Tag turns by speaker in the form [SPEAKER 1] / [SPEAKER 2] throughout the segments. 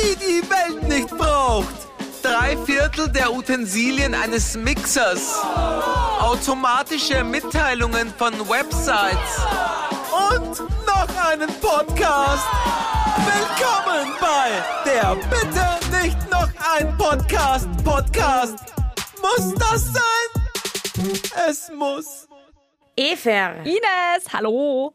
[SPEAKER 1] die die Welt nicht braucht. Drei Viertel der Utensilien eines Mixers. Automatische Mitteilungen von Websites. Und noch einen Podcast. Willkommen bei der Bitte nicht noch ein Podcast. Podcast. Muss das sein? Es muss.
[SPEAKER 2] Efer,
[SPEAKER 3] Ines, hallo.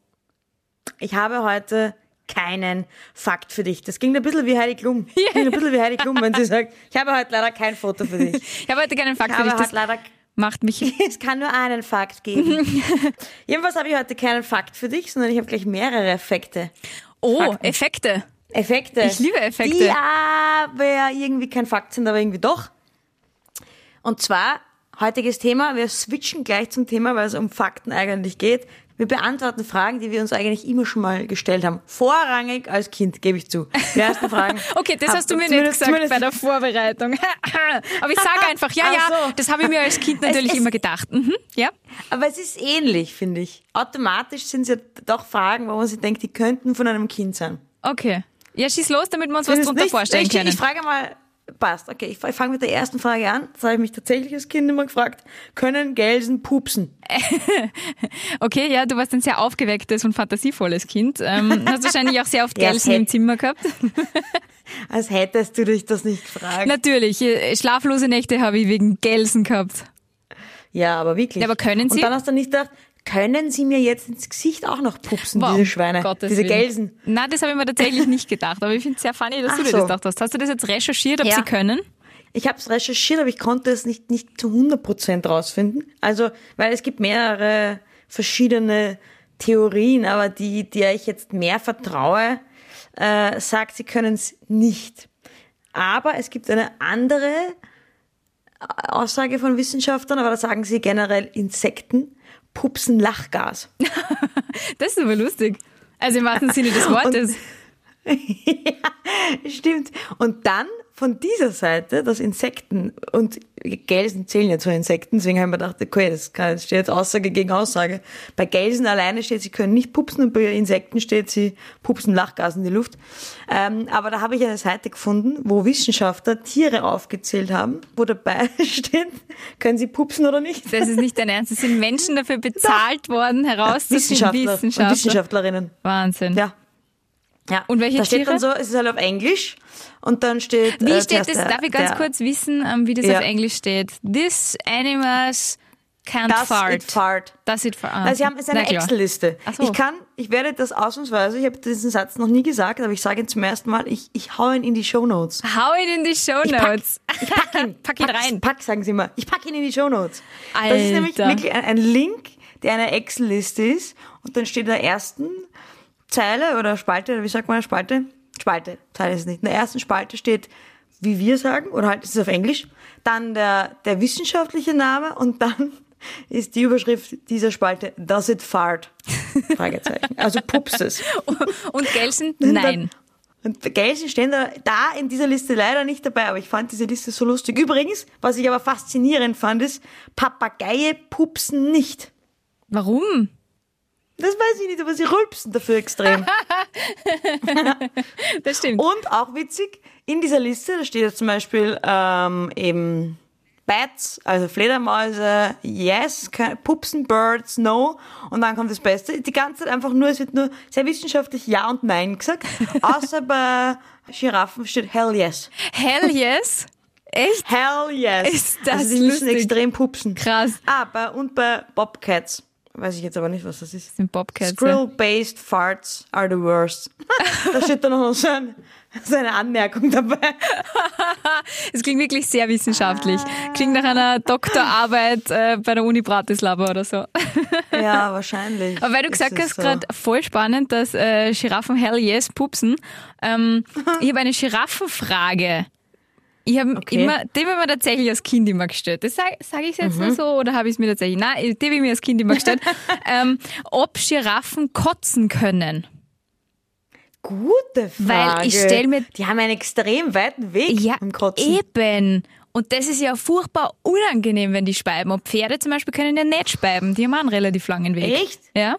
[SPEAKER 2] ich habe heute keinen Fakt für dich. Das ging ein bisschen wie Heidi Klum. Ging ein bisschen wie Heidi Klum, wenn sie sagt, ich habe heute leider kein Foto für dich.
[SPEAKER 3] Ich habe heute keinen Fakt
[SPEAKER 2] Ich
[SPEAKER 3] für
[SPEAKER 2] habe
[SPEAKER 3] dich.
[SPEAKER 2] heute
[SPEAKER 3] Das
[SPEAKER 2] leider
[SPEAKER 3] macht mich.
[SPEAKER 2] Es kann nur einen Fakt geben. Jedenfalls habe ich heute keinen Fakt für dich, sondern ich habe gleich mehrere Effekte.
[SPEAKER 3] Oh,
[SPEAKER 2] Fakten.
[SPEAKER 3] Effekte.
[SPEAKER 2] Effekte.
[SPEAKER 3] Ich liebe Effekte.
[SPEAKER 2] Die aber ja irgendwie kein Fakt sind, aber irgendwie doch. Und zwar, heutiges Thema, wir switchen gleich zum Thema, weil es um Fakten eigentlich geht. Wir beantworten Fragen, die wir uns eigentlich immer schon mal gestellt haben. Vorrangig als Kind, gebe ich zu. Die ersten Fragen.
[SPEAKER 3] Okay, das
[SPEAKER 2] hab-
[SPEAKER 3] hast du mir nicht
[SPEAKER 2] zumindest-
[SPEAKER 3] gesagt
[SPEAKER 2] zumindest-
[SPEAKER 3] bei der Vorbereitung. Aber ich sage einfach, ja,
[SPEAKER 2] Ach
[SPEAKER 3] ja,
[SPEAKER 2] so.
[SPEAKER 3] das habe ich mir als Kind natürlich
[SPEAKER 2] Also. es-
[SPEAKER 3] immer gedacht. Mhm, ja.
[SPEAKER 2] Aber es ist ähnlich, finde ich. Automatisch sind es ja doch Fragen, wo man sich denkt, die könnten von einem Kind sein.
[SPEAKER 3] Okay. Ja, schieß los, damit wir uns was
[SPEAKER 2] Findest
[SPEAKER 3] drunter
[SPEAKER 2] nicht?
[SPEAKER 3] vorstellen
[SPEAKER 2] ich,
[SPEAKER 3] können.
[SPEAKER 2] Ich frage mal, passt. Okay, ich fange mit der ersten Frage an. Das habe ich mich tatsächlich als Kind immer gefragt. Können Gelsen pupsen?
[SPEAKER 3] Okay, ja, du warst ein sehr aufgewecktes und fantasievolles Kind. Ähm, hast wahrscheinlich auch sehr oft
[SPEAKER 2] Ja,
[SPEAKER 3] Gelsen
[SPEAKER 2] es
[SPEAKER 3] im
[SPEAKER 2] hätte-
[SPEAKER 3] Zimmer gehabt.
[SPEAKER 2] Als hättest du dich das nicht gefragt.
[SPEAKER 3] Natürlich, äh, schlaflose Nächte habe ich wegen Gelsen gehabt.
[SPEAKER 2] ja, aber wirklich.
[SPEAKER 3] Ja, aber können sie?
[SPEAKER 2] Und dann hast du nicht gedacht, können sie mir jetzt ins Gesicht auch noch pupsen, diese Schweine,
[SPEAKER 3] Gottes
[SPEAKER 2] diese
[SPEAKER 3] Willen.
[SPEAKER 2] Gelsen?
[SPEAKER 3] Nein, das habe ich mir tatsächlich nicht gedacht. Aber ich finde es sehr funny, dass
[SPEAKER 2] Ach
[SPEAKER 3] du dir
[SPEAKER 2] so.
[SPEAKER 3] das gedacht hast. Hast du das jetzt recherchiert, ob
[SPEAKER 2] Ja.
[SPEAKER 3] sie können?
[SPEAKER 2] Ich habe es recherchiert, aber ich konnte es nicht, nicht zu 100% rausfinden. Also, weil es gibt mehrere verschiedene Theorien, aber die, der ich jetzt mehr vertraue, äh, sagt, sie können es nicht. Aber es gibt eine andere äh, Aussage von Wissenschaftlern, aber da sagen sie generell, Insekten pupsen Lachgas.
[SPEAKER 3] Das ist aber lustig. Also im wahrsten Sinne des Wortes.
[SPEAKER 2] Stimmt. Und dann von dieser Seite, dass Insekten und Gelsen zählen ja zu Insekten, deswegen haben wir gedacht, okay, das kann, das steht jetzt Aussage gegen Aussage. Bei Gelsen alleine steht, sie können nicht pupsen und bei Insekten steht, sie pupsen Lachgas in die Luft. Ähm, aber da habe ich eine Seite gefunden, wo Wissenschaftler Tiere aufgezählt haben, wo dabei steht, können sie pupsen oder nicht.
[SPEAKER 3] Das ist nicht dein Ernst. Es sind Menschen dafür bezahlt worden, herauszufinden.
[SPEAKER 2] Wissenschaftler und Wissenschaftlerinnen.
[SPEAKER 3] Wahnsinn.
[SPEAKER 2] Ja. Ja.
[SPEAKER 3] Und welche
[SPEAKER 2] da steht
[SPEAKER 3] Tiere?
[SPEAKER 2] dann so, es ist halt auf Englisch und dann steht.
[SPEAKER 3] Wie
[SPEAKER 2] äh,
[SPEAKER 3] steht
[SPEAKER 2] zuerst
[SPEAKER 3] das?
[SPEAKER 2] der-
[SPEAKER 3] Darf ich ganz
[SPEAKER 2] der-
[SPEAKER 3] kurz wissen, ähm, wie das
[SPEAKER 2] Ja.
[SPEAKER 3] auf Englisch steht? This animals can't
[SPEAKER 2] Das
[SPEAKER 3] fart.
[SPEAKER 2] it fart.
[SPEAKER 3] Does it fart. Ah,
[SPEAKER 2] Also sie haben es ist
[SPEAKER 3] na
[SPEAKER 2] eine
[SPEAKER 3] klar.
[SPEAKER 2] Excel-Liste.
[SPEAKER 3] Ach so.
[SPEAKER 2] Ich kann, ich werde das ausnahmsweise, ich habe diesen Satz noch nie gesagt, aber ich sage ihn zum ersten Mal, ich, ich hau ihn in die Shownotes.
[SPEAKER 3] Hau it in die Show Notes.
[SPEAKER 2] Ich pack ihn.
[SPEAKER 3] Pack ihn
[SPEAKER 2] Pack's-
[SPEAKER 3] rein.
[SPEAKER 2] Pack, sagen sie immer. Ich pack ihn in die Shownotes. Das ist nämlich
[SPEAKER 3] Alter.
[SPEAKER 2] wirklich ein, ein Link, der eine Excel-Liste ist und dann steht in der ersten Zeile oder Spalte, oder wie sagt man Spalte? Spalte, Zeile ist es nicht. In der ersten Spalte steht, wie wir sagen, oder halt ist es auf Englisch, dann der, der wissenschaftliche Name und dann ist die Überschrift dieser Spalte, does it fart? Fragezeichen. Also pups es.
[SPEAKER 3] Und Gelsen? Nein.
[SPEAKER 2] Und Gelsen stehen da, da in dieser Liste leider nicht dabei, aber ich fand diese Liste so lustig. Übrigens, was ich aber faszinierend fand, ist, Papageie pupsen nicht.
[SPEAKER 3] Warum?
[SPEAKER 2] Das weiß ich nicht, aber sie rülpsen dafür extrem.
[SPEAKER 3] Das stimmt.
[SPEAKER 2] Und auch witzig, in dieser Liste, da steht jetzt zum Beispiel ähm, eben Bats, also Fledermäuse, yes, ke- pupsen, birds, no. Und dann kommt das Beste. Die ganze Zeit einfach nur, es wird nur sehr wissenschaftlich Ja und Nein gesagt. Außer bei Giraffen steht Hell yes.
[SPEAKER 3] Oh, Hell yes. Echt?
[SPEAKER 2] Hell yes.
[SPEAKER 3] Ist das
[SPEAKER 2] also die müssen
[SPEAKER 3] lustig.
[SPEAKER 2] extrem pupsen.
[SPEAKER 3] Krass.
[SPEAKER 2] Ah, bei, und bei Bobcats. Weiß ich jetzt aber nicht, was das ist.
[SPEAKER 3] Sind Bobcats. Ja.
[SPEAKER 2] Skrill-based farts are the worst. da steht dann noch so, ein, so eine Anmerkung dabei.
[SPEAKER 3] Es klingt wirklich sehr wissenschaftlich. Klingt nach einer Doktorarbeit äh, bei der Uni Bratislava oder so.
[SPEAKER 2] Ja, wahrscheinlich.
[SPEAKER 3] Aber weil du
[SPEAKER 2] ist
[SPEAKER 3] gesagt
[SPEAKER 2] es
[SPEAKER 3] hast,
[SPEAKER 2] so.
[SPEAKER 3] gerade voll spannend, dass äh, Giraffen hell yes pupsen. Ähm, ich habe eine Giraffenfrage. Ich habe
[SPEAKER 2] Okay.
[SPEAKER 3] immer, die habe ich mir tatsächlich als Kind immer gestellt. Das sage sag ich
[SPEAKER 2] Mhm.
[SPEAKER 3] jetzt nur so oder habe ich es mir tatsächlich? Nein, die habe ich mir als Kind immer gestellt. ähm, ob Giraffen kotzen können.
[SPEAKER 2] Gute Frage.
[SPEAKER 3] Weil ich stell mir-
[SPEAKER 2] Die haben einen extrem weiten Weg
[SPEAKER 3] Ja,
[SPEAKER 2] im Kotzen.
[SPEAKER 3] eben. Und das ist ja furchtbar unangenehm, wenn die speiben. Und Pferde zum Beispiel können ja nicht speiben. Die haben auch einen relativ langen Weg.
[SPEAKER 2] Echt?
[SPEAKER 3] Ja.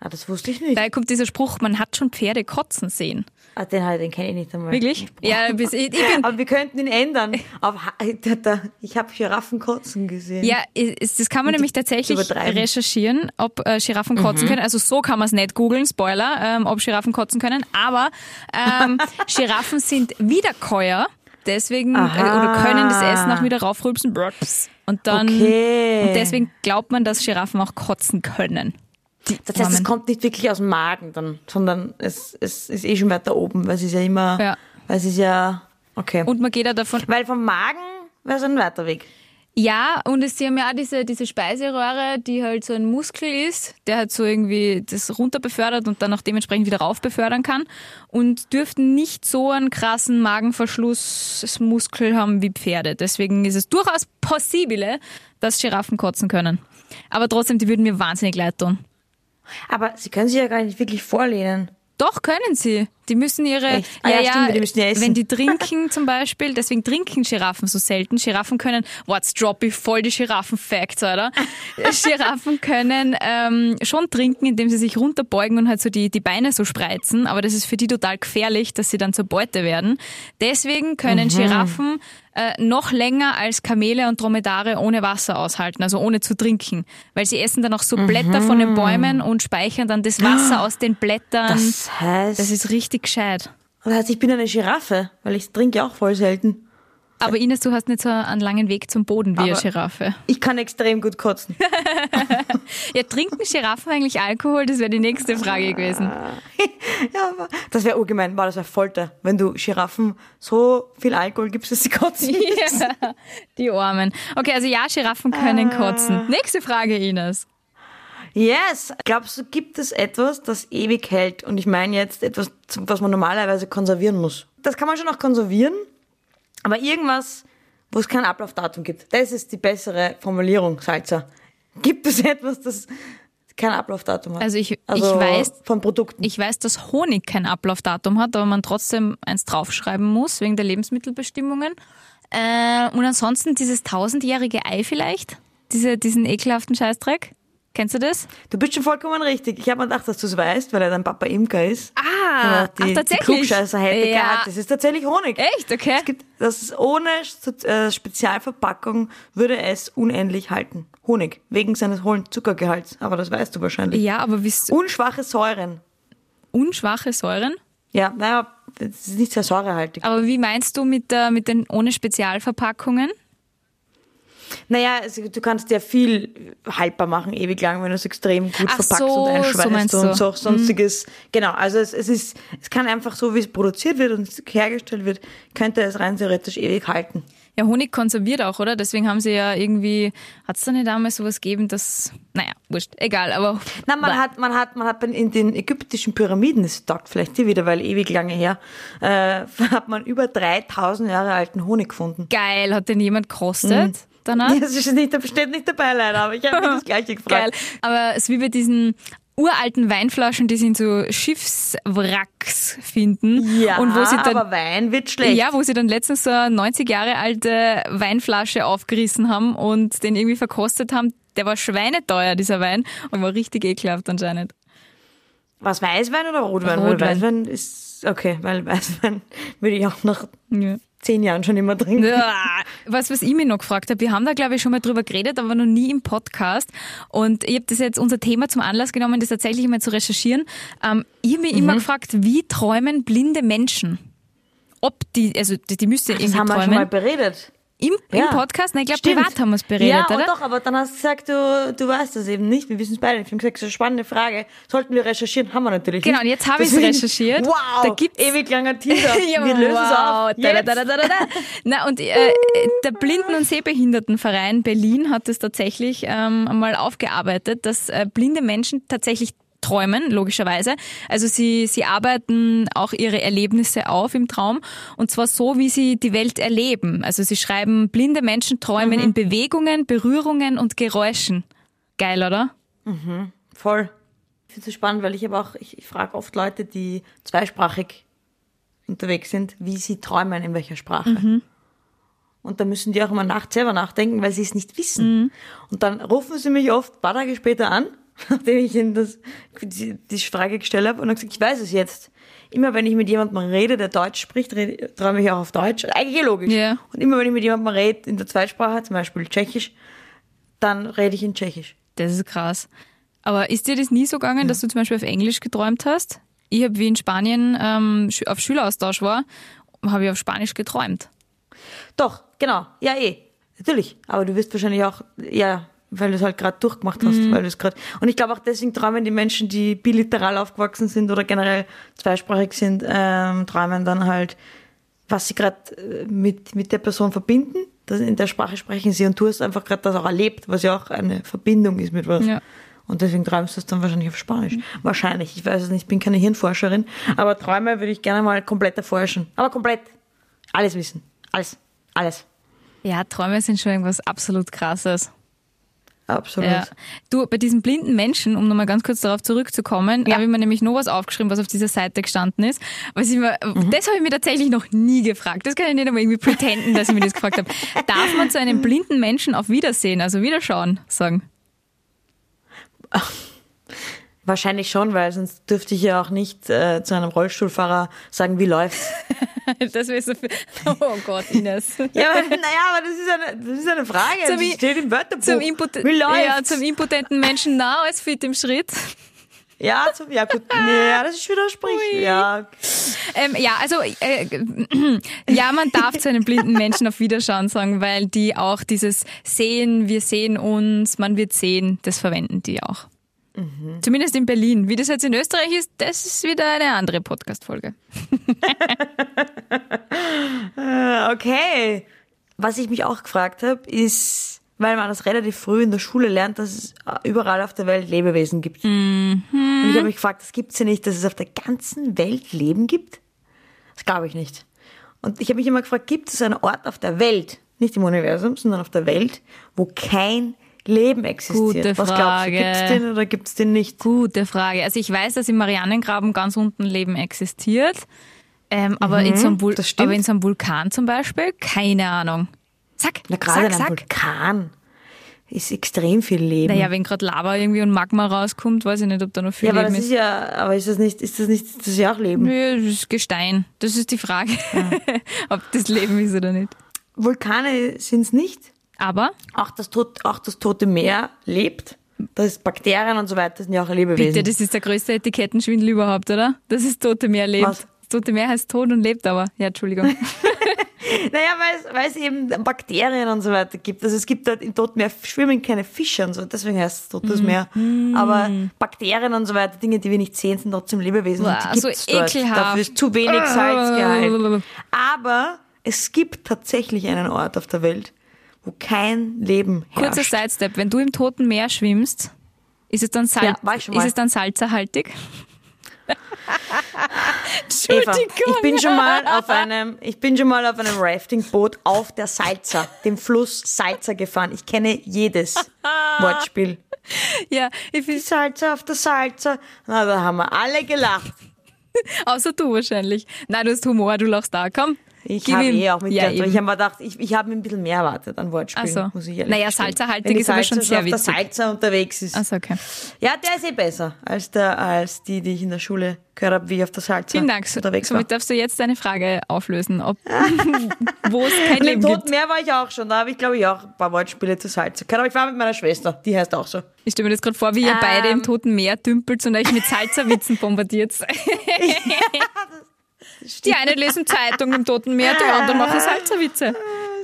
[SPEAKER 2] Ah, das wusste ich nicht.
[SPEAKER 3] Daher kommt dieser Spruch, man hat schon Pferde kotzen sehen.
[SPEAKER 2] Ah, den, halt- den kenne ich nicht einmal.
[SPEAKER 3] Wirklich? Ja, bis, ich, ich bin,
[SPEAKER 2] Aber wir könnten ihn ändern. Auf, Ha- da, da, ich habe Giraffen kotzen gesehen.
[SPEAKER 3] ja, ist, das kann man nämlich tatsächlich
[SPEAKER 2] Hm. übertreiben. Mhm.
[SPEAKER 3] recherchieren, ob äh, Giraffen kotzen können. Also so kann man es nicht googeln, Spoiler, ähm, ob Giraffen kotzen können. Aber ähm, Giraffen sind Wiederkäuer, deswegen, äh,
[SPEAKER 2] Aha.
[SPEAKER 3] oder können das Essen auch wieder raufrülpsen. brrps, Und dann,
[SPEAKER 2] Okay.
[SPEAKER 3] und deswegen glaubt man, dass Giraffen auch kotzen können.
[SPEAKER 2] Das heißt, es
[SPEAKER 3] Rahmen.
[SPEAKER 2] kommt nicht wirklich aus dem Magen dann, sondern es, es ist eh schon weiter oben, weil es ist ja immer,
[SPEAKER 3] Ja.
[SPEAKER 2] weil es ist ja, okay.
[SPEAKER 3] Und man geht ja davon
[SPEAKER 2] weil vom Magen wäre es ein weiter Weg.
[SPEAKER 3] Ja, und es, sie haben ja auch diese, diese Speiseröhre, die halt so ein Muskel ist, der halt so irgendwie das runter befördert und dann auch dementsprechend wieder rauf befördern kann und dürften nicht so einen krassen Magenverschlussmuskel haben wie Pferde. Deswegen ist es durchaus possible, dass Giraffen kotzen können. Aber trotzdem, die würden mir wahnsinnig leid tun.
[SPEAKER 2] Aber sie können sich ja gar nicht wirklich vorlehnen.
[SPEAKER 3] Doch, können sie. Die müssen ihre.
[SPEAKER 2] Echt? Ah ja, stimmt, die müssen ja essen.
[SPEAKER 3] Wenn die trinken zum Beispiel, deswegen trinken Giraffen so selten. Giraffen können, what's droppy, voll die Giraffen-Facts, oder? Giraffen können ähm, schon trinken, indem sie sich runterbeugen und halt so die, die Beine so spreizen. Aber das ist für die total gefährlich, dass sie dann zur Beute werden. Deswegen können
[SPEAKER 2] Mhm.
[SPEAKER 3] Giraffen äh, noch länger als Kamele und Dromedare ohne Wasser aushalten, also ohne zu trinken. Weil sie essen dann auch so Blätter von den Bäumen und speichern dann das Wasser aus den Blättern.
[SPEAKER 2] Mhm. Das heißt,
[SPEAKER 3] Mhm. Das ist richtig gescheit.
[SPEAKER 2] das heißt ich bin eine Giraffe, weil ich trinke ja auch voll selten.
[SPEAKER 3] Aber Ines, du hast nicht so einen langen Weg zum Boden wie eine
[SPEAKER 2] Aber-
[SPEAKER 3] Giraffe.
[SPEAKER 2] Ich kann extrem gut kotzen.
[SPEAKER 3] Ja, trinken Giraffen eigentlich Alkohol? Das wäre die nächste Frage gewesen.
[SPEAKER 2] ja, aber das wäre allgemein, war das wäre Folter, wenn du Giraffen so viel Alkohol gibst, dass sie kotzen.
[SPEAKER 3] Ja, die Armen. Okay, also ja, Giraffen können kotzen. Nächste Frage, Ines.
[SPEAKER 2] Yes! Glaubst du, gibt es etwas, das ewig hält? Und ich meine jetzt etwas, was man normalerweise konservieren muss. Das kann man schon noch konservieren, aber irgendwas, wo es kein Ablaufdatum gibt. Das ist die bessere Formulierung, Salzer. Gibt es etwas, das kein Ablaufdatum hat?
[SPEAKER 3] Also ich- ich weiß-
[SPEAKER 2] Von Produkten.
[SPEAKER 3] Ich weiß, dass Honig kein Ablaufdatum hat, aber man trotzdem eins draufschreiben muss, wegen der Lebensmittelbestimmungen. Äh, und ansonsten dieses tausendjährige Ei vielleicht? Diese, diesen ekelhaften Scheißdreck? Kennst du das?
[SPEAKER 2] du bist schon vollkommen richtig. Ich habe mir gedacht, dass du es weißt, weil er dein Papa Imker ist.
[SPEAKER 3] Ah,
[SPEAKER 2] die,
[SPEAKER 3] ach, tatsächlich.
[SPEAKER 2] Die Klugscheißer hätte
[SPEAKER 3] Ja.
[SPEAKER 2] gehabt. Das ist tatsächlich Honig.
[SPEAKER 3] Echt? Okay.
[SPEAKER 2] Es gibt, das ist ohne Stu- äh, Spezialverpackung würde es unendlich halten. Honig, wegen seines hohen Zuckergehalts. Aber das weißt du wahrscheinlich.
[SPEAKER 3] Ja, aber wisst
[SPEAKER 2] Unschwache Säuren.
[SPEAKER 3] unschwache Säuren?
[SPEAKER 2] Ja, naja, es ist nicht sehr säurehaltig.
[SPEAKER 3] Aber wie meinst du mit, der, mit den ohne Spezialverpackungen?
[SPEAKER 2] Naja, also du kannst ja viel haltbar machen, ewig lang, wenn du es extrem gut
[SPEAKER 3] Ach
[SPEAKER 2] verpackst
[SPEAKER 3] so,
[SPEAKER 2] und
[SPEAKER 3] so
[SPEAKER 2] einschweißt
[SPEAKER 3] meinst du.
[SPEAKER 2] und so, sonstiges. Genau, also es, es ist, es kann einfach so, wie es produziert wird und hergestellt wird, könnte es rein theoretisch ewig halten.
[SPEAKER 3] Ja, Honig konserviert auch, oder? Deswegen haben sie ja irgendwie, hat es da nicht damals sowas gegeben, dass, naja, wurscht, egal, aber
[SPEAKER 2] Na, man
[SPEAKER 3] Weil-
[SPEAKER 2] hat, man hat, man hat bei- in den ägyptischen Pyramiden, das taugt vielleicht dir wieder, weil ewig lange her, äh, hat man über 3000 Jahre alten Honig gefunden.
[SPEAKER 3] geil, hat denn jemand kostet danach?
[SPEAKER 2] Mhm. Ja, Das ist nicht, das steht nicht dabei leider, aber ich habe mich das
[SPEAKER 3] Geil.
[SPEAKER 2] gleiche gefragt.
[SPEAKER 3] Aber es ist wie bei diesen uralten Weinflaschen, die sie in so Schiffswracks finden.
[SPEAKER 2] Ja,
[SPEAKER 3] und wo sie dann
[SPEAKER 2] aber Wein wird schlecht.
[SPEAKER 3] Ja, wo sie dann letztens so eine 90 Jahre alte Weinflasche aufgerissen haben und den irgendwie verkostet haben. Der war schweineteuer, dieser Wein, und war richtig ekelhaft anscheinend.
[SPEAKER 2] Was, Weißwein oder Rotwein? Weil
[SPEAKER 3] Rotwein.
[SPEAKER 2] Weißwein ist, okay, weil Weißwein würde ich auch nach
[SPEAKER 3] Ja.
[SPEAKER 2] zehn Jahren schon immer trinken.
[SPEAKER 3] Ah, Was, was ich mir noch gefragt habe, wir haben da, glaube ich, schon mal drüber geredet, aber noch nie im Podcast. Und ich habe das jetzt unser Thema zum Anlass genommen, das tatsächlich mal zu recherchieren. Ähm, ich
[SPEAKER 2] Mhm.
[SPEAKER 3] habe mich immer gefragt, wie träumen blinde Menschen? Ob die, also die, die müsste
[SPEAKER 2] Das
[SPEAKER 3] irgendwie
[SPEAKER 2] haben wir schon mal
[SPEAKER 3] träumen.
[SPEAKER 2] beredet.
[SPEAKER 3] Im,
[SPEAKER 2] Ja.
[SPEAKER 3] Im Podcast? Nein, ich glaube,
[SPEAKER 2] Stimmt.
[SPEAKER 3] privat haben wir es beredet,
[SPEAKER 2] ja,
[SPEAKER 3] oder?
[SPEAKER 2] Ja, doch, aber dann hast du gesagt, du, du weißt das eben nicht. Wir wissen es beide nicht. Wir haben gesagt, das ist eine spannende Frage. Sollten wir recherchieren? Haben wir natürlich
[SPEAKER 3] Genau, und
[SPEAKER 2] nicht.
[SPEAKER 3] jetzt habe ich's
[SPEAKER 2] Deswegen-
[SPEAKER 3] recherchiert.
[SPEAKER 2] Wow,
[SPEAKER 3] Da gibt's-
[SPEAKER 2] ewig langer Teaser.
[SPEAKER 3] Ja,
[SPEAKER 2] wir lösen
[SPEAKER 3] wow.
[SPEAKER 2] es auf.
[SPEAKER 3] Da, da,
[SPEAKER 2] Jetzt.
[SPEAKER 3] da, da, da, da. Na, und äh, der Blinden- und Sehbehindertenverein Berlin hat es tatsächlich ähm, einmal aufgearbeitet, dass äh, blinde Menschen tatsächlich träumen, logischerweise. Also sie, sie arbeiten auch ihre Erlebnisse auf im Traum und zwar so, wie sie die Welt erleben. Also sie schreiben, blinde Menschen träumen
[SPEAKER 2] Mhm.
[SPEAKER 3] in Bewegungen, Berührungen und Geräuschen. Geil, oder?
[SPEAKER 2] Voll. Ich finde es spannend, weil ich aber auch, ich, ich frage oft Leute, die zweisprachig unterwegs sind, wie sie träumen, in welcher Sprache. Und da müssen die auch immer nachts selber nachdenken, weil sie es nicht wissen. Und dann rufen sie mich oft ein paar Tage später an nachdem ich ihm das, die, die Frage gestellt habe und habe gesagt, ich weiß es jetzt. Immer wenn ich mit jemandem rede, der Deutsch spricht, rede- träume ich auch auf Deutsch. Eigentlich eh logisch.
[SPEAKER 3] Ja.
[SPEAKER 2] Und immer wenn ich mit jemandem rede in der Zweitsprache, zum Beispiel Tschechisch, dann rede ich in Tschechisch.
[SPEAKER 3] Das ist krass. Aber ist dir das nie so gegangen, dass du zum Beispiel auf Englisch geträumt hast? Ich habe, wie in Spanien ähm, Schü- auf Schüleraustausch war, habe ich auf Spanisch geträumt.
[SPEAKER 2] Doch, genau. Ja, eh. Natürlich. Aber du wirst wahrscheinlich auch, ja, weil du es halt gerade durchgemacht hast, weil du es gerade. Und ich glaube auch deswegen träumen die Menschen, die bilateral aufgewachsen sind oder generell zweisprachig sind, ähm, träumen dann halt, was sie gerade äh, mit, mit der Person verbinden. Das, in der Sprache sprechen sie und du hast einfach gerade das auch erlebt, was ja auch eine Verbindung ist mit was.
[SPEAKER 3] Ja.
[SPEAKER 2] Und deswegen träumst du es dann wahrscheinlich auf Spanisch. Wahrscheinlich, ich weiß es nicht, ich bin keine Hirnforscherin, aber Träume würde ich gerne mal komplett erforschen. Aber komplett. Alles wissen. Alles. Alles.
[SPEAKER 3] Ja, Träume sind schon irgendwas absolut Krasses.
[SPEAKER 2] Absolut.
[SPEAKER 3] Ja. Du, bei diesen blinden Menschen, um nochmal ganz kurz darauf zurückzukommen,
[SPEAKER 2] Ja.
[SPEAKER 3] habe ich mir nämlich noch was aufgeschrieben, was auf dieser Seite gestanden ist. Was ich mir, Das habe ich mir tatsächlich noch nie gefragt. Das kann ich nicht einmal irgendwie pretenden, dass ich mir das gefragt habe. Darf man zu einem blinden Menschen auf Wiedersehen, also Wiederschauen, sagen?
[SPEAKER 2] Wahrscheinlich schon, weil sonst dürfte ich ja auch nicht äh, zu einem Rollstuhlfahrer sagen, wie läuft's.
[SPEAKER 3] Das wäre so viel. Oh Gott, Ines.
[SPEAKER 2] ja, aber, naja, aber das ist eine, das ist eine Frage.
[SPEAKER 3] Zum
[SPEAKER 2] das
[SPEAKER 3] I-
[SPEAKER 2] steht im Wörterbuch.
[SPEAKER 3] Zum, Impoten-
[SPEAKER 2] wie läuft's?
[SPEAKER 3] ja, zum impotenten Menschen nah als fit im Schritt.
[SPEAKER 2] ja, zum, ja, gut. Ja, das ist wieder Sprich. Ja,
[SPEAKER 3] Ähm, ja, also äh, ja, man darf zu einem blinden Menschen auf Wiederschauen sagen, weil die auch dieses Sehen, wir sehen uns, man wird sehen, das verwenden die auch. Zumindest in Berlin. Wie das jetzt in Österreich ist, das ist wieder eine andere Podcast-Folge.
[SPEAKER 2] Okay. Was ich mich auch gefragt habe, ist, weil man das relativ früh in der Schule lernt, dass es äh, überall auf der Welt Lebewesen gibt.
[SPEAKER 3] Mhm.
[SPEAKER 2] Und ich habe mich gefragt, das gibt's ja nicht, dass es auf der ganzen Welt Leben gibt? Das glaube ich nicht. Und ich habe mich immer gefragt, gibt es einen Ort auf der Welt, nicht im Universum, sondern auf der Welt, wo kein Leben existiert?
[SPEAKER 3] Gute
[SPEAKER 2] Was glaubst du,
[SPEAKER 3] Frage.
[SPEAKER 2] gibt's den oder gibt's den nicht?
[SPEAKER 3] Gute Frage. Also ich weiß, dass im Marianengraben ganz unten Leben existiert, ähm, aber, in so einem Vul-
[SPEAKER 2] das stimmt.
[SPEAKER 3] aber in so einem Vulkan zum Beispiel, keine Ahnung. Zack,
[SPEAKER 2] Na, gerade
[SPEAKER 3] zack,
[SPEAKER 2] in einem
[SPEAKER 3] zack.
[SPEAKER 2] Vulkan ist extrem viel Leben.
[SPEAKER 3] Naja, wenn gerade Lava irgendwie und Magma rauskommt, weiß ich nicht, ob da noch viel
[SPEAKER 2] ja, aber
[SPEAKER 3] Leben
[SPEAKER 2] das
[SPEAKER 3] ist.
[SPEAKER 2] ist ja, aber ist das nicht, ist das nicht, das ist ja auch Leben.
[SPEAKER 3] Nö, das ist Gestein. Das ist die Frage, ob das Leben ist oder nicht.
[SPEAKER 2] Vulkane sind's nicht.
[SPEAKER 3] Aber
[SPEAKER 2] Auch das, Tot, auch das Tote Meer lebt. Das ist Bakterien und so weiter sind ja auch Lebewesen.
[SPEAKER 3] bitte, das ist der größte Etikettenschwindel überhaupt, oder? Das ist Tote Meer lebt.
[SPEAKER 2] Was?
[SPEAKER 3] Tote Meer heißt tot und lebt aber. Ja, Entschuldigung.
[SPEAKER 2] naja, weil es- weil es eben Bakterien und so weiter gibt. Also es gibt halt im Toten Meer schwimmen keine Fische und so, deswegen heißt es Totes Meer.
[SPEAKER 3] Mhm.
[SPEAKER 2] Aber Bakterien und so weiter, Dinge, die wir nicht sehen, sind trotzdem Lebewesen.
[SPEAKER 3] Uah,
[SPEAKER 2] und die
[SPEAKER 3] so
[SPEAKER 2] gibt's dort.
[SPEAKER 3] ekelhaft. Ah.
[SPEAKER 2] Dafür ist zu wenig Salzgehalt.
[SPEAKER 3] Blablabla.
[SPEAKER 2] Aber es gibt tatsächlich einen Ort auf der Welt, wo kein Leben herrscht.
[SPEAKER 3] Kurzer Sidestep. Wenn du im Toten Meer schwimmst, ist es dann, Salz,
[SPEAKER 2] Ja, war ich schon mal.
[SPEAKER 3] ist es dann salzerhaltig?
[SPEAKER 2] Eva,
[SPEAKER 3] Entschuldigung.
[SPEAKER 2] ich bin schon mal auf einem, ich bin schon mal auf einem Raftingboot auf der Salza, dem Fluss Salza gefahren. Ich kenne jedes Wortspiel.
[SPEAKER 3] Ja, ich
[SPEAKER 2] Die
[SPEAKER 3] find,
[SPEAKER 2] Salza auf der Salza. Na, da haben wir alle gelacht.
[SPEAKER 3] außer du wahrscheinlich. Nein, du hast Humor, du lachst da. Komm.
[SPEAKER 2] Ich
[SPEAKER 3] gib
[SPEAKER 2] habe
[SPEAKER 3] ihm.
[SPEAKER 2] eh auch mit
[SPEAKER 3] ja,
[SPEAKER 2] gedacht, aber
[SPEAKER 3] eben.
[SPEAKER 2] Ich habe mir gedacht, ich, ich habe mir ein bisschen mehr erwartet an Wortspielen,
[SPEAKER 3] Ach so.
[SPEAKER 2] muss ich ehrlich
[SPEAKER 3] Naja,
[SPEAKER 2] gestehen.
[SPEAKER 3] salzerhaltig
[SPEAKER 2] Wenn die
[SPEAKER 3] ist aber schon
[SPEAKER 2] Salza
[SPEAKER 3] sehr
[SPEAKER 2] auf der
[SPEAKER 3] witzig. Also.
[SPEAKER 2] Salza unterwegs ist.
[SPEAKER 3] Achso, okay.
[SPEAKER 2] Ja, der ist eh besser als, der, als die, die ich in der Schule gehört habe, wie ich auf der Salza
[SPEAKER 3] Vielen Dank. So-
[SPEAKER 2] unterwegs war.
[SPEAKER 3] Somit darfst du jetzt deine Frage auflösen, ob wo es kein
[SPEAKER 2] Und im
[SPEAKER 3] Leben
[SPEAKER 2] Toten
[SPEAKER 3] gibt.
[SPEAKER 2] Meer war ich auch schon. Da habe ich, glaube ich, auch ein paar Wortspiele zu Salz. Aber ich war mit meiner Schwester. Die heißt auch so.
[SPEAKER 3] Ich stelle mir das gerade vor, wie ihr beide
[SPEAKER 2] Ähm.
[SPEAKER 3] im Toten Meer dümpelt und euch mit Salzerwitzen bombardiert. die einen lesen Zeitung im Toten Meer, die anderen machen Salzerwitze.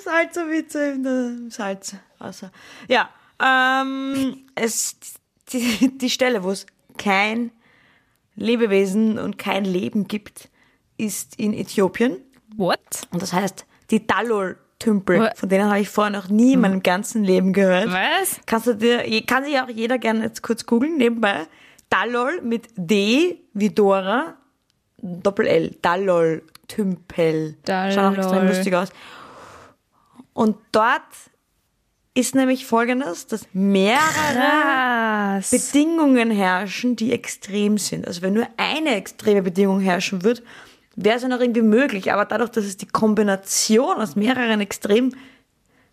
[SPEAKER 2] Salzerwitze in der Salzwasser. Ja, ähm, es, die, die Stelle, wo es kein Lebewesen und kein Leben gibt, ist in Äthiopien.
[SPEAKER 3] What?
[SPEAKER 2] Und das heißt die Dalol-Tümpel.
[SPEAKER 3] Wa-
[SPEAKER 2] Von denen habe ich vorher noch nie in meinem ganzen Leben gehört.
[SPEAKER 3] Was?
[SPEAKER 2] Kannst du dir, je- kann sich auch jeder gerne jetzt kurz googeln, nebenbei. Dalol mit D wie Dora, Doppel-L, Dalol, Tümpel. Schaut auch extrem
[SPEAKER 3] Dalol.
[SPEAKER 2] lustig aus. Und dort ist nämlich folgendes, dass mehrere
[SPEAKER 3] Was?
[SPEAKER 2] Bedingungen herrschen, die extrem sind. Also wenn nur eine extreme Bedingung herrschen wird, wäre es ja noch irgendwie möglich. Aber dadurch, dass es die Kombination aus mehreren extrem